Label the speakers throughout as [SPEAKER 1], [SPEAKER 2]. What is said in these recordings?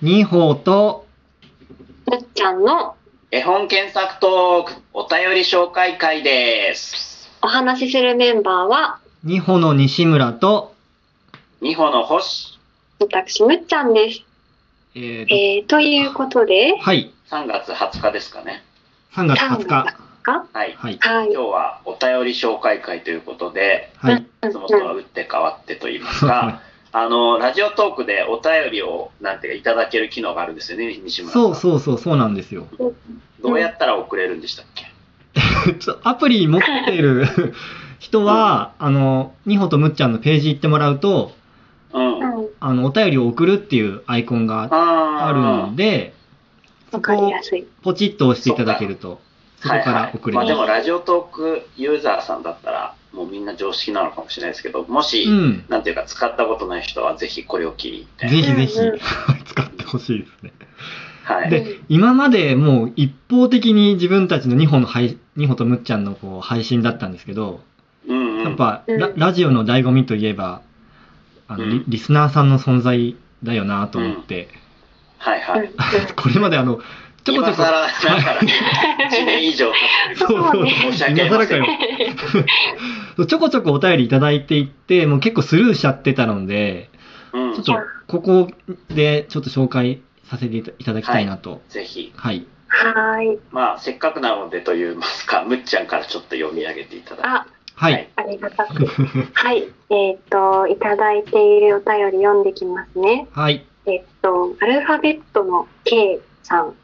[SPEAKER 1] 二歩と、
[SPEAKER 2] なっちゃんの
[SPEAKER 3] 絵本検索トークお便り紹介会です。
[SPEAKER 2] お話しするメンバーは、
[SPEAKER 1] 二歩の西村と、
[SPEAKER 3] 二歩の星、
[SPEAKER 2] 私、むっちゃんです。
[SPEAKER 1] えーと、
[SPEAKER 2] えー、ということで、
[SPEAKER 1] はい、
[SPEAKER 3] 3月20日ですかね。
[SPEAKER 1] 3月20日。
[SPEAKER 2] か
[SPEAKER 3] はい。
[SPEAKER 1] はい、
[SPEAKER 2] はい
[SPEAKER 3] 今。日はお便り紹介会ということで、
[SPEAKER 1] はい、
[SPEAKER 2] うん
[SPEAKER 3] いつもとは打って変わってと言いますか、あの、ラジオトークでお便りを、なんていうか、いただける機能があるんですよね、西村さん。
[SPEAKER 1] そうそうそう、そうなんですよ。
[SPEAKER 3] どうやったら送れるんでしたっけ
[SPEAKER 1] ちょっとアプリ持ってる 人は、あの、二歩とむっちゃんのページ行ってもらうと、
[SPEAKER 3] うん。
[SPEAKER 2] うんうん
[SPEAKER 1] あの、お便りを送るっていうアイコンがあるの
[SPEAKER 3] あ
[SPEAKER 1] で、そ
[SPEAKER 2] わか
[SPEAKER 1] こ
[SPEAKER 2] り
[SPEAKER 1] を
[SPEAKER 2] やすい。
[SPEAKER 1] ポチッと押していただけると、そこから送れ
[SPEAKER 3] ま
[SPEAKER 1] ま
[SPEAKER 3] あ
[SPEAKER 1] す。
[SPEAKER 3] でも、ラジオトークユーザーさんだったら、もうみんな常識なのかもしれないですけど、もし、
[SPEAKER 1] うん。
[SPEAKER 3] なんていうか、使ったことない人はぜひこれを機に
[SPEAKER 1] ぜ
[SPEAKER 3] ね。
[SPEAKER 1] ひぜひ、
[SPEAKER 2] うんうん
[SPEAKER 1] 使ってほしいですね。
[SPEAKER 3] はい。
[SPEAKER 1] で今までもう一方的に自分たちの2本の配、2本とむっちゃんのこう配信だったんですけど、
[SPEAKER 3] うんうん、
[SPEAKER 1] やっぱ
[SPEAKER 2] うん
[SPEAKER 1] ララジオの醍醐味といえば、あの、
[SPEAKER 3] うん
[SPEAKER 1] リリスナーさんの存在だよなと思って、
[SPEAKER 3] はいはい。
[SPEAKER 1] これまであの、ちょこちょ
[SPEAKER 3] 今
[SPEAKER 1] こ、
[SPEAKER 3] 更だから、1年 以上経ってる。
[SPEAKER 1] そうそう
[SPEAKER 3] 申し訳ありません
[SPEAKER 1] 今更。 そうちょこちょこお便りいただいていって、もう結構スルーしちゃってたので、
[SPEAKER 3] うん
[SPEAKER 1] ちょっとここでちょっと紹介させていたいただきたいなと。
[SPEAKER 3] ぜひ、
[SPEAKER 1] はい。
[SPEAKER 2] はい。
[SPEAKER 3] まあ、せっかくなのでと言いますか、むっちゃんからちょっと読み上げていただいて。
[SPEAKER 2] あ、
[SPEAKER 1] はい。
[SPEAKER 3] はい
[SPEAKER 2] ありがたく。はい。えっ、と、いただいているお便り読んできますね。
[SPEAKER 1] はい。
[SPEAKER 2] えっ、と、アルファベットの K さん。
[SPEAKER 1] はい。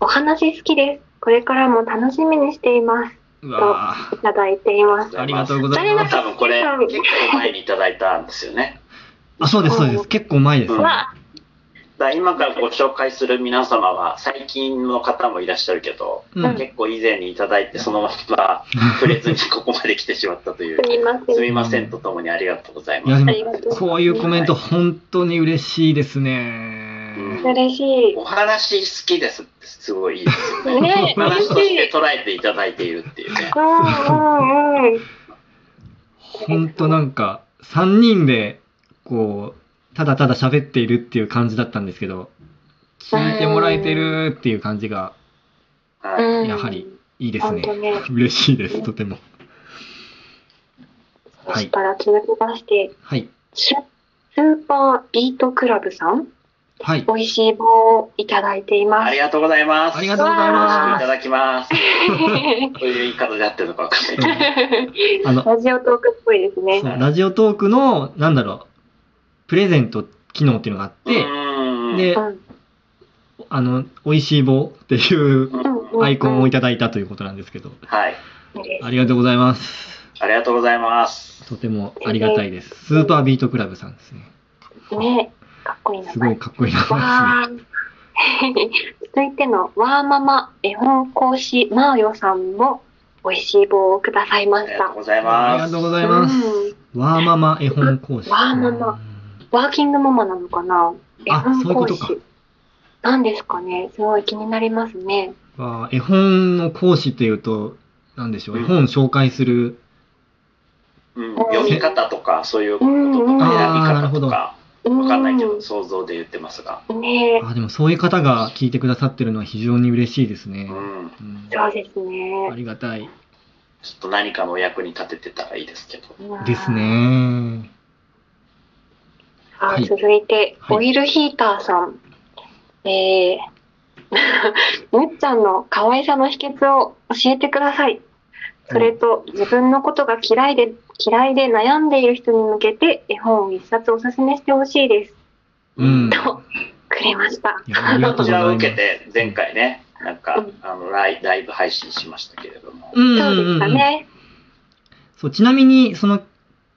[SPEAKER 2] お話好きです。これからも楽しみにしています。
[SPEAKER 1] うわ
[SPEAKER 2] いただいています。
[SPEAKER 1] ーありがとうござ
[SPEAKER 2] ざ
[SPEAKER 1] い
[SPEAKER 2] い
[SPEAKER 1] ま。
[SPEAKER 2] ます
[SPEAKER 3] 多分これ、結構前にいただいたんですよね。
[SPEAKER 1] あ、そうです、そうです。結構前ですね。
[SPEAKER 2] まあ、
[SPEAKER 3] だから今からご紹介する皆様は、最近の方もいらっしゃるけど、
[SPEAKER 1] うん。
[SPEAKER 3] 結構以前にいただいて、そのまま触れずにここまで来てしまったという
[SPEAKER 2] す。みませ
[SPEAKER 3] す
[SPEAKER 2] ん。
[SPEAKER 3] みませんとともにありがとうござい
[SPEAKER 1] いや、
[SPEAKER 3] ます。
[SPEAKER 1] で
[SPEAKER 2] ありがとうござい
[SPEAKER 1] も、
[SPEAKER 2] ます
[SPEAKER 1] こういうコメント、本当に嬉しいですね。
[SPEAKER 2] 嬉しい
[SPEAKER 3] お。話好きですってすごいいいですよね。
[SPEAKER 2] ね、
[SPEAKER 3] お
[SPEAKER 2] 嬉
[SPEAKER 3] 話とし
[SPEAKER 2] しい
[SPEAKER 3] て。捉えていただいているっていうね。
[SPEAKER 2] うんうんうん。
[SPEAKER 1] 本当なんか、3人で、こう、ただただ喋っているっていう感じだったんですけど、聞いてもらえてるっていう感じが、
[SPEAKER 3] はい
[SPEAKER 2] うん
[SPEAKER 1] やはりいいです
[SPEAKER 2] 本
[SPEAKER 1] ね
[SPEAKER 2] 当。ね。
[SPEAKER 1] 嬉しいです、とても。
[SPEAKER 2] そしたら続きまして、
[SPEAKER 1] はい。
[SPEAKER 2] シュスーパービートクラブさん、
[SPEAKER 1] はい。
[SPEAKER 2] 美味しい棒をいただいていま
[SPEAKER 3] あ
[SPEAKER 2] す
[SPEAKER 3] り。がとうございます。
[SPEAKER 1] ありがとうござい
[SPEAKER 3] い
[SPEAKER 1] ま
[SPEAKER 3] た
[SPEAKER 1] す。
[SPEAKER 3] だきます。こういう言い方で合ってるのかわかんないけど。
[SPEAKER 1] あの、
[SPEAKER 2] ラジオトークっぽいですね
[SPEAKER 1] そ。うラジオトークの、なんだろう、プレゼント機能っていうのがあっ
[SPEAKER 3] う
[SPEAKER 1] て、
[SPEAKER 3] ー ん
[SPEAKER 1] で
[SPEAKER 2] う、ん
[SPEAKER 1] あの、美味しい棒っていう
[SPEAKER 3] うん
[SPEAKER 1] アイコンをいただいたということなんですけど、
[SPEAKER 3] はい。
[SPEAKER 1] ありがとうございます。
[SPEAKER 3] ありがとうございます。
[SPEAKER 1] とてもありがたいです。スーパービートクラブさんですね。
[SPEAKER 2] ね、かっこいい名
[SPEAKER 1] すごい
[SPEAKER 2] 前。
[SPEAKER 1] かっこいい名前
[SPEAKER 2] わー続いてのわーママ絵本講師まーよさんも美味しい棒をくださいま
[SPEAKER 3] あ
[SPEAKER 2] し
[SPEAKER 3] りがと
[SPEAKER 2] た
[SPEAKER 3] う。ござい
[SPEAKER 1] あり
[SPEAKER 3] ま
[SPEAKER 1] が
[SPEAKER 3] す。
[SPEAKER 1] とうございます。
[SPEAKER 2] うん
[SPEAKER 1] わーママ絵本講師。
[SPEAKER 2] わーママワーキングママなのかな絵
[SPEAKER 1] あ
[SPEAKER 2] 本講
[SPEAKER 1] そういうこと
[SPEAKER 2] 師。なんですかねすごい気になりますね。
[SPEAKER 1] わー絵本の講師っていうと、なんでしょう、絵本紹介する、
[SPEAKER 3] うん読み方とか、そういうこと
[SPEAKER 2] うん
[SPEAKER 3] と
[SPEAKER 2] うん
[SPEAKER 3] か、選び
[SPEAKER 1] あーなる
[SPEAKER 3] 方
[SPEAKER 1] ほど
[SPEAKER 3] とか、
[SPEAKER 2] うん
[SPEAKER 3] わかんないけど、想像で言ってますが。
[SPEAKER 2] ね
[SPEAKER 1] あでもそういう方が聞いてくださってるのは非常に嬉しいですね
[SPEAKER 3] う。ん。
[SPEAKER 1] うん
[SPEAKER 2] そうです
[SPEAKER 1] あ
[SPEAKER 2] ね。
[SPEAKER 1] りがたい
[SPEAKER 3] ちょっと何かのお役に立ててたらいいですけど。
[SPEAKER 1] です。ね。
[SPEAKER 2] さ
[SPEAKER 1] は
[SPEAKER 2] あ
[SPEAKER 1] い
[SPEAKER 2] 続いて、
[SPEAKER 1] はい
[SPEAKER 2] オイルヒーターさん。えー、 むっちゃんの可愛さの秘訣を教えてください。それと、自分のことが嫌いで、嫌いで悩んでいる人に向けて、絵本を一冊おすすめしてほしいです。
[SPEAKER 1] うん。
[SPEAKER 2] と、くれました。
[SPEAKER 1] いやありがと
[SPEAKER 3] こ
[SPEAKER 1] うご
[SPEAKER 3] ち
[SPEAKER 1] ざい
[SPEAKER 3] らを
[SPEAKER 1] ま
[SPEAKER 3] 受け
[SPEAKER 1] す。
[SPEAKER 3] て、前回ね、なん
[SPEAKER 2] う
[SPEAKER 3] か
[SPEAKER 2] ん、
[SPEAKER 3] あのライ、ライブ配信しましたけれども。
[SPEAKER 1] うん
[SPEAKER 2] そうで
[SPEAKER 1] うん
[SPEAKER 2] し
[SPEAKER 1] う
[SPEAKER 2] た
[SPEAKER 1] ん。
[SPEAKER 2] ね。
[SPEAKER 1] そう、ちなみに、その、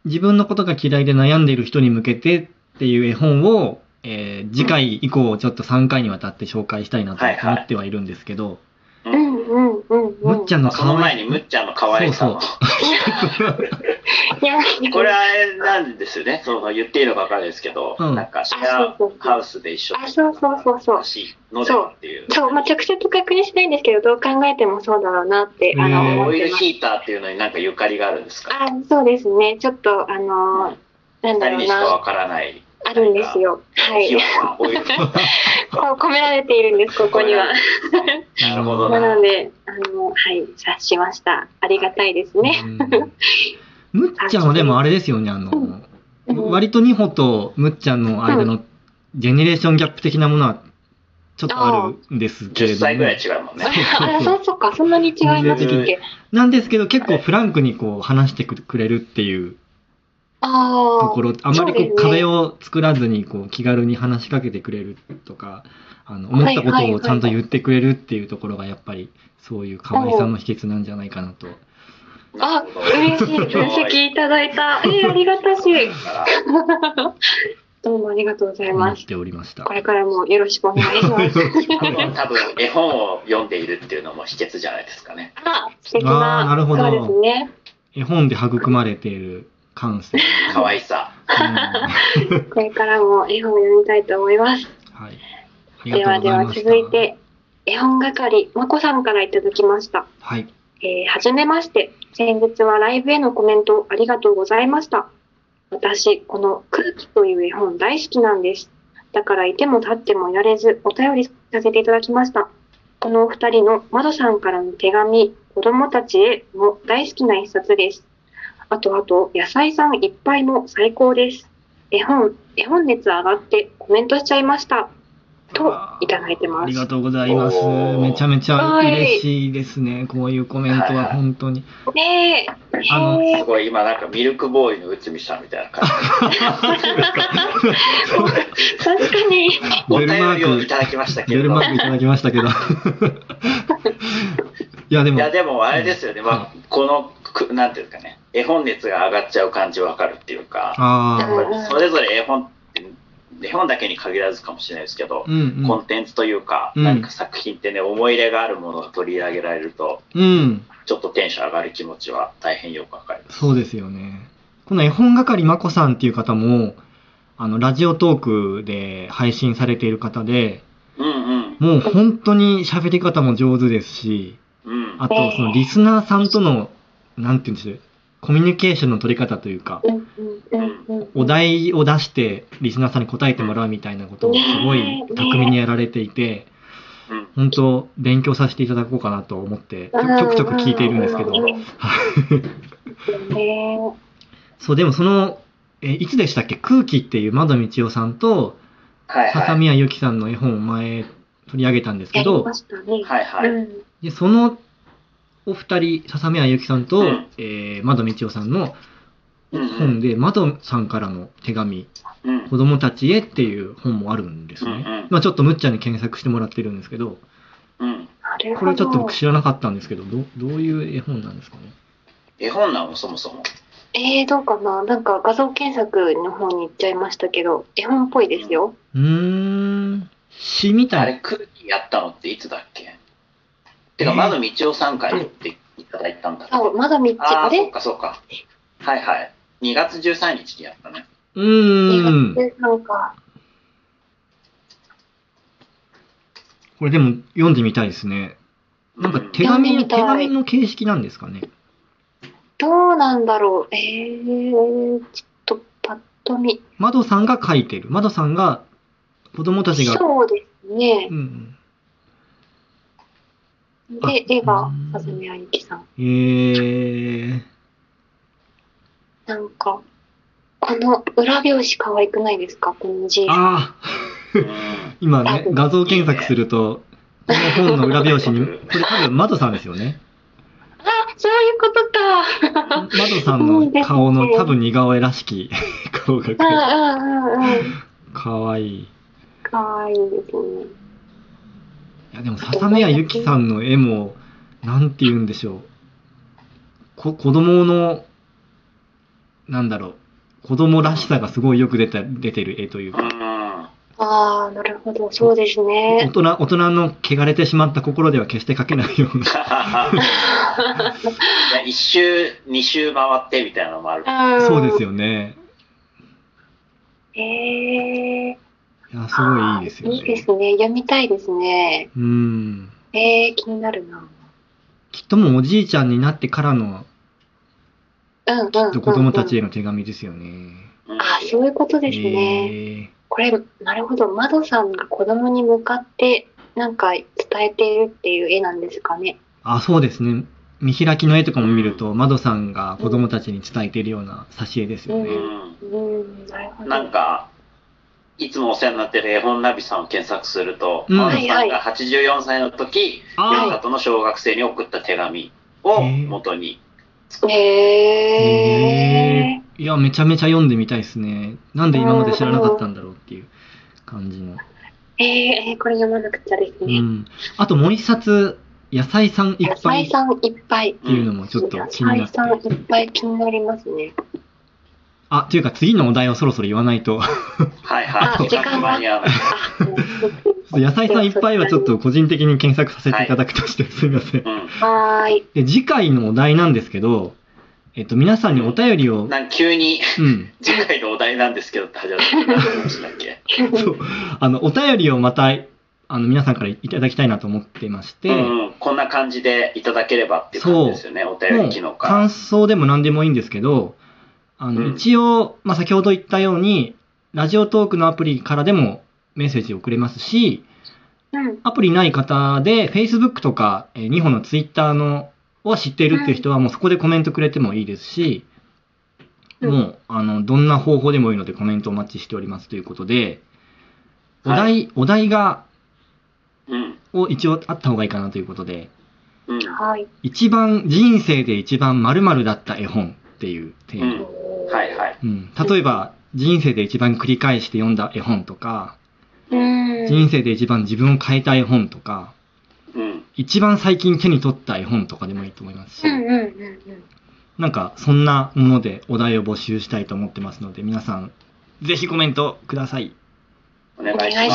[SPEAKER 1] 自分のことが嫌いで悩んでいる人に向けてっていう絵本を、えー次回以降、ちょっと3回にわたって紹介したいなと
[SPEAKER 3] はいはい
[SPEAKER 1] 思ってはいるんですけど、
[SPEAKER 3] う
[SPEAKER 2] うんうんうんうん。
[SPEAKER 1] むっちゃん
[SPEAKER 3] ま
[SPEAKER 1] の
[SPEAKER 3] あその
[SPEAKER 1] 可
[SPEAKER 3] 前
[SPEAKER 1] 愛
[SPEAKER 3] に
[SPEAKER 1] い
[SPEAKER 3] むっちゃんの可愛さの
[SPEAKER 1] そ
[SPEAKER 2] いや、
[SPEAKER 3] これはあれなんですよねその言っていいのか分かんないですけど、
[SPEAKER 1] うん
[SPEAKER 3] なんかシェアハウスで一緒
[SPEAKER 2] あそうそうそうそう
[SPEAKER 3] らしいのではっていう
[SPEAKER 2] そう、まあ、直接確認しないんですけど、どう考えてもそうだろうなって、あ
[SPEAKER 1] へー
[SPEAKER 2] の、思
[SPEAKER 3] オ
[SPEAKER 2] っ
[SPEAKER 3] イル
[SPEAKER 2] てます。
[SPEAKER 3] ヒーターっていうのになんかゆかりがあるんですか
[SPEAKER 2] あ、そうですね。ちょっと、あのー、なんだ
[SPEAKER 3] 二
[SPEAKER 2] ろ
[SPEAKER 3] 人に
[SPEAKER 2] う
[SPEAKER 3] しか
[SPEAKER 2] な。
[SPEAKER 3] わからない
[SPEAKER 2] あるんですよ。は
[SPEAKER 3] 費用
[SPEAKER 2] い。
[SPEAKER 3] が多い。
[SPEAKER 2] こう込められているんです、ここに は。
[SPEAKER 1] な
[SPEAKER 3] るほど
[SPEAKER 2] なので、あの、はい、察しました。ありがたいですね。
[SPEAKER 1] うんむっちゃんはでもあれですよね、あの、割と二歩とむっちゃんの間のジェネレーションギャップ的なものはちょっとあるんですけれ
[SPEAKER 3] 10
[SPEAKER 1] ど
[SPEAKER 3] 歳ぐ
[SPEAKER 1] も
[SPEAKER 3] らい、違うもんね
[SPEAKER 2] あ。あ、そうそうか、そんなに違いますっけ。
[SPEAKER 1] なんですけど結構フランクにこう話してくれるっていう
[SPEAKER 2] あ
[SPEAKER 1] と
[SPEAKER 2] あ
[SPEAKER 1] こ、ろ、あまりこ
[SPEAKER 2] そう
[SPEAKER 1] う
[SPEAKER 2] ですね
[SPEAKER 1] 壁を作らずにこう気軽に話しかけてくれるとか、あの思ったことをちゃんと言ってくれるっていうところがやっぱりそういう可愛さの秘訣なんじゃないかなと。
[SPEAKER 2] あ、嬉しい分析いただいた。えー、ありがたしい。どうもありがとうござい
[SPEAKER 1] 思
[SPEAKER 2] ま
[SPEAKER 1] っ
[SPEAKER 2] す。
[SPEAKER 1] ておりました
[SPEAKER 2] こ。れからもよろしくお願いします。
[SPEAKER 3] 多分絵本を読んでいるっていうのも秘訣じゃないですかね。
[SPEAKER 2] あ、素敵
[SPEAKER 1] あ
[SPEAKER 2] な。
[SPEAKER 1] ーなるほど
[SPEAKER 2] そうですね。
[SPEAKER 1] 絵本で育まれている感 性。
[SPEAKER 3] 可愛さ。
[SPEAKER 1] うん
[SPEAKER 2] これからも絵本を読みたいと思います。
[SPEAKER 1] はい。あり
[SPEAKER 2] で
[SPEAKER 1] が
[SPEAKER 2] は
[SPEAKER 1] とうご
[SPEAKER 2] で
[SPEAKER 1] ざい
[SPEAKER 2] は
[SPEAKER 1] ました
[SPEAKER 2] 続い。て、絵本係、まこさんからいただきました。
[SPEAKER 1] はい。
[SPEAKER 2] えーはじめまして。先日はライブへのコメントありがとうございました。私、この空気という絵本大好きなんです。だからいても立ってもいられず、お便りさせていただきました。このお二人の窓さんからの手紙、子供たちへも大好きな一冊です。あとあと、野菜さんいっぱいも最高です。絵本、絵本熱上がってコメントしちゃいました。と、いただいて
[SPEAKER 1] あ
[SPEAKER 2] ま
[SPEAKER 1] り
[SPEAKER 2] す
[SPEAKER 1] が。とうございます。
[SPEAKER 3] おー
[SPEAKER 1] めちゃめちゃ
[SPEAKER 2] はい
[SPEAKER 1] 嬉しいですね。こういうコメントは本当に。
[SPEAKER 2] ねえ、
[SPEAKER 1] あの
[SPEAKER 2] へえ
[SPEAKER 3] すごい今なんかミルクボーイの内海さんみたいな感
[SPEAKER 2] 確かに。
[SPEAKER 3] じ。お便りをいただきましたけ
[SPEAKER 1] ベル
[SPEAKER 3] ど
[SPEAKER 1] マ。ークいただきました けど。いや、で
[SPEAKER 3] い
[SPEAKER 1] も、
[SPEAKER 3] やでもあれですよね。まあこのくなんていうんですかね。絵本熱が上がっちゃう感じわかるっていうか。
[SPEAKER 1] ああ、
[SPEAKER 3] それぞれ絵本って絵本だけに限らずかもしれないですけど。
[SPEAKER 1] うん、うん
[SPEAKER 3] コンテンツというか、
[SPEAKER 1] うん
[SPEAKER 3] 何か作品ってね、思い入れがあるものが取り上げられると、
[SPEAKER 1] うん、
[SPEAKER 3] ちょっとテンション上がる気持ちは大変よくわかります。
[SPEAKER 1] そうですよね。この絵本係まこさんっていう方も、あの、ラジオトークで配信されている方で、
[SPEAKER 3] うんうん。
[SPEAKER 1] もう本当に喋り方も上手ですし、
[SPEAKER 3] うん。
[SPEAKER 1] あと、そのリスナーさんとの、なんて言うんでしょう、コミュニケーションの取り方というか、
[SPEAKER 2] うんうんうんうん
[SPEAKER 1] お題を出して、リスナーさんに答えてもらうみたいなことをすごい巧みにやられていて、
[SPEAKER 3] うん
[SPEAKER 1] 本当、勉強させていただこうかなと思って、ちょちょくちょく聞いているんですけど
[SPEAKER 2] う、んね
[SPEAKER 1] そう、でもその、えいつでしたっけ、空気っていう窓道夫さんと、
[SPEAKER 3] はいは
[SPEAKER 1] 笹
[SPEAKER 3] い。
[SPEAKER 1] 宮由紀さんの絵本を前、取り上げたんです
[SPEAKER 2] や
[SPEAKER 1] け
[SPEAKER 2] り
[SPEAKER 1] ど
[SPEAKER 2] ま、したね。
[SPEAKER 3] はいはい。
[SPEAKER 2] うん
[SPEAKER 1] でそのお二人、笹宮由紀さんと、
[SPEAKER 3] うん
[SPEAKER 1] えー窓道夫さんの
[SPEAKER 3] うんうん
[SPEAKER 1] 本で、窓さんからの手紙、
[SPEAKER 3] うん
[SPEAKER 1] 子供たちへっていう本もあるんですね。
[SPEAKER 3] うんうん
[SPEAKER 1] まあちょっとむっちゃんに検索してもらってるんですけど、
[SPEAKER 3] うん
[SPEAKER 2] なる
[SPEAKER 1] こ
[SPEAKER 2] ほ
[SPEAKER 1] れちょ
[SPEAKER 2] ど
[SPEAKER 1] っと僕知らなかったんですけど、どどういう絵本なんですかね。
[SPEAKER 3] 絵本なのそもそも。
[SPEAKER 2] えー、どうかななんか画像検索の方に行っちゃいましたけど、絵本っぽいですよ。
[SPEAKER 1] うーん、詩み
[SPEAKER 3] あ
[SPEAKER 1] たい。
[SPEAKER 3] れ、空気やったのっていつだっけて
[SPEAKER 1] え
[SPEAKER 3] か、
[SPEAKER 1] ー
[SPEAKER 3] まず道夫さんからっていただいたんだっけ
[SPEAKER 2] あ、まだ道、
[SPEAKER 3] あ
[SPEAKER 2] あ
[SPEAKER 3] あ、そっ
[SPEAKER 2] れ
[SPEAKER 3] かそっか。はいはい。2月13日にやったね。
[SPEAKER 1] うーん。
[SPEAKER 2] なんか、
[SPEAKER 1] これでも読んでみたいですね。なんか
[SPEAKER 3] うん
[SPEAKER 1] 手紙
[SPEAKER 2] 読
[SPEAKER 1] の、
[SPEAKER 2] んでみ
[SPEAKER 1] 手
[SPEAKER 2] たい
[SPEAKER 1] 紙の形式なんですかね。
[SPEAKER 2] どうなんだろう。えー、ちょっとパッと見。
[SPEAKER 1] 窓さんが書いてる。窓さんが、子供たちが、
[SPEAKER 2] そうですね
[SPEAKER 1] う。ん。あ
[SPEAKER 2] で、絵が
[SPEAKER 1] うん、
[SPEAKER 2] さずみあゆきさん。
[SPEAKER 1] えー、
[SPEAKER 2] なんか、この裏表紙可愛くないですかこの字。
[SPEAKER 1] ああ、
[SPEAKER 3] うん
[SPEAKER 1] 今ね、画像検索すると、この本の裏表紙に、これ多分窓さんですよ ね。
[SPEAKER 2] あ、そういうことか。
[SPEAKER 1] 窓さんの顔の多分似顔絵らしき顔
[SPEAKER 2] うん
[SPEAKER 1] が
[SPEAKER 2] うんうんうん。
[SPEAKER 1] かわいい。い
[SPEAKER 2] 可愛いですね。
[SPEAKER 1] やでも笹目谷由紀さんの絵も、なんて言うんでしょう。こ子供の、なんだろう、子供らしさがすごいよく出た出てる絵という
[SPEAKER 3] う
[SPEAKER 1] か、
[SPEAKER 3] ん。
[SPEAKER 2] ああ、なるほど、そうです
[SPEAKER 1] 大
[SPEAKER 2] ね。
[SPEAKER 1] 人大人の汚れてしまった心では決して描けないような。
[SPEAKER 3] いや一周、二周回ってみたいなのもある。
[SPEAKER 1] そうです
[SPEAKER 2] よ。
[SPEAKER 1] よね。
[SPEAKER 2] ええ
[SPEAKER 1] いや、すごいいいですよね。
[SPEAKER 2] いいですね。読みたいですね。
[SPEAKER 1] うん。
[SPEAKER 2] ええ気になるな。
[SPEAKER 1] きっともうおじいちゃんになってからの
[SPEAKER 2] うんうんうん、うん。
[SPEAKER 1] 子供たちへの手紙ですよね。
[SPEAKER 3] うん
[SPEAKER 2] あそういうことですね。
[SPEAKER 1] え
[SPEAKER 2] これ、なるほど。窓さんが子供に向かって、なんか伝えているっていう絵なんですかね。
[SPEAKER 1] あ、そうですね。見開きの絵とかも見ると、窓さんが子供たちに伝えているような挿絵ですよね。
[SPEAKER 3] うん
[SPEAKER 2] うん、なるほど。
[SPEAKER 3] なんか、いつもお世話になってる絵本ナビさんを検索すると、
[SPEAKER 1] うん
[SPEAKER 3] マドさんが84歳の時、ふるさ
[SPEAKER 1] あ
[SPEAKER 3] との小学生に送った手紙を元に、
[SPEAKER 2] へ
[SPEAKER 1] へ
[SPEAKER 2] え。
[SPEAKER 1] ーいや、めちゃめちゃ読んでみたいですね。なんで今まで知らなかったんだろうっていう感じの。
[SPEAKER 2] えー、これ読まなくちゃです
[SPEAKER 1] う
[SPEAKER 2] ね。
[SPEAKER 1] ん。あともう一冊、野菜さんい
[SPEAKER 2] 野
[SPEAKER 1] っぱい
[SPEAKER 2] 菜
[SPEAKER 1] っ
[SPEAKER 2] さんいっぱい。
[SPEAKER 1] ていうのもちょっと気にな
[SPEAKER 2] 野菜
[SPEAKER 1] っ
[SPEAKER 2] さん
[SPEAKER 1] て。
[SPEAKER 2] いっぱい気になりますね。
[SPEAKER 1] あ、というか次のお題をそろそろ言わない と。
[SPEAKER 3] はいはい、
[SPEAKER 2] あ時間が
[SPEAKER 3] 間に合わない。
[SPEAKER 2] あ、もう
[SPEAKER 1] 野菜さんいっぱいはちょっと個人的に検索させていただくとして、すいません。
[SPEAKER 3] う
[SPEAKER 2] はーい。
[SPEAKER 1] で、次回のお題なんですけど、えっと、皆さんにお便りを
[SPEAKER 3] ん、、なんか急に
[SPEAKER 1] うん、
[SPEAKER 3] 次回のお題なんですけどって始まった話だっけ。
[SPEAKER 1] そう、あの、お便りをまた、あの、皆さんからいただきたいなと思ってまして、
[SPEAKER 3] うんうん、こんな感じでいただければっていう感じですよね、お便
[SPEAKER 1] も
[SPEAKER 3] り
[SPEAKER 1] う
[SPEAKER 3] 機能から。
[SPEAKER 1] 感想でも何でもいいんですけど、あの、
[SPEAKER 3] うん
[SPEAKER 1] 一応、まあ、先ほど言ったように、ラジオトークのアプリからでもメッセージ送れますし、
[SPEAKER 2] うん。
[SPEAKER 1] アプリない方で、Facebook とか、えー、日本の Twitter のを知っているっていう人は、もうそこでコメントくれてもいいですし、
[SPEAKER 2] うん
[SPEAKER 1] もう、あの、どんな方法でもいいのでコメントお待ちしておりますということで、お題、
[SPEAKER 3] は
[SPEAKER 1] お題が、
[SPEAKER 3] うん、
[SPEAKER 1] を一応あった方がいいかなということで、
[SPEAKER 3] うん、
[SPEAKER 2] はい。
[SPEAKER 1] 一番、人生で一番〇〇だった絵本っていうテーマ。
[SPEAKER 3] うんはいはい。
[SPEAKER 1] うん、例えば人生で一番繰り返して読んだ絵本とか
[SPEAKER 2] うん。
[SPEAKER 1] 人生で一番自分を変えた絵本とか
[SPEAKER 3] うん、
[SPEAKER 1] 一番最近手に取った絵本とかでもいいと思いますし、
[SPEAKER 2] うんうんうんうん。
[SPEAKER 1] なんかそんなものでお題を募集したいと思ってますので皆さんぜひコメントください。
[SPEAKER 3] お願
[SPEAKER 2] お
[SPEAKER 3] いし
[SPEAKER 2] 願
[SPEAKER 3] ま
[SPEAKER 2] い
[SPEAKER 3] す。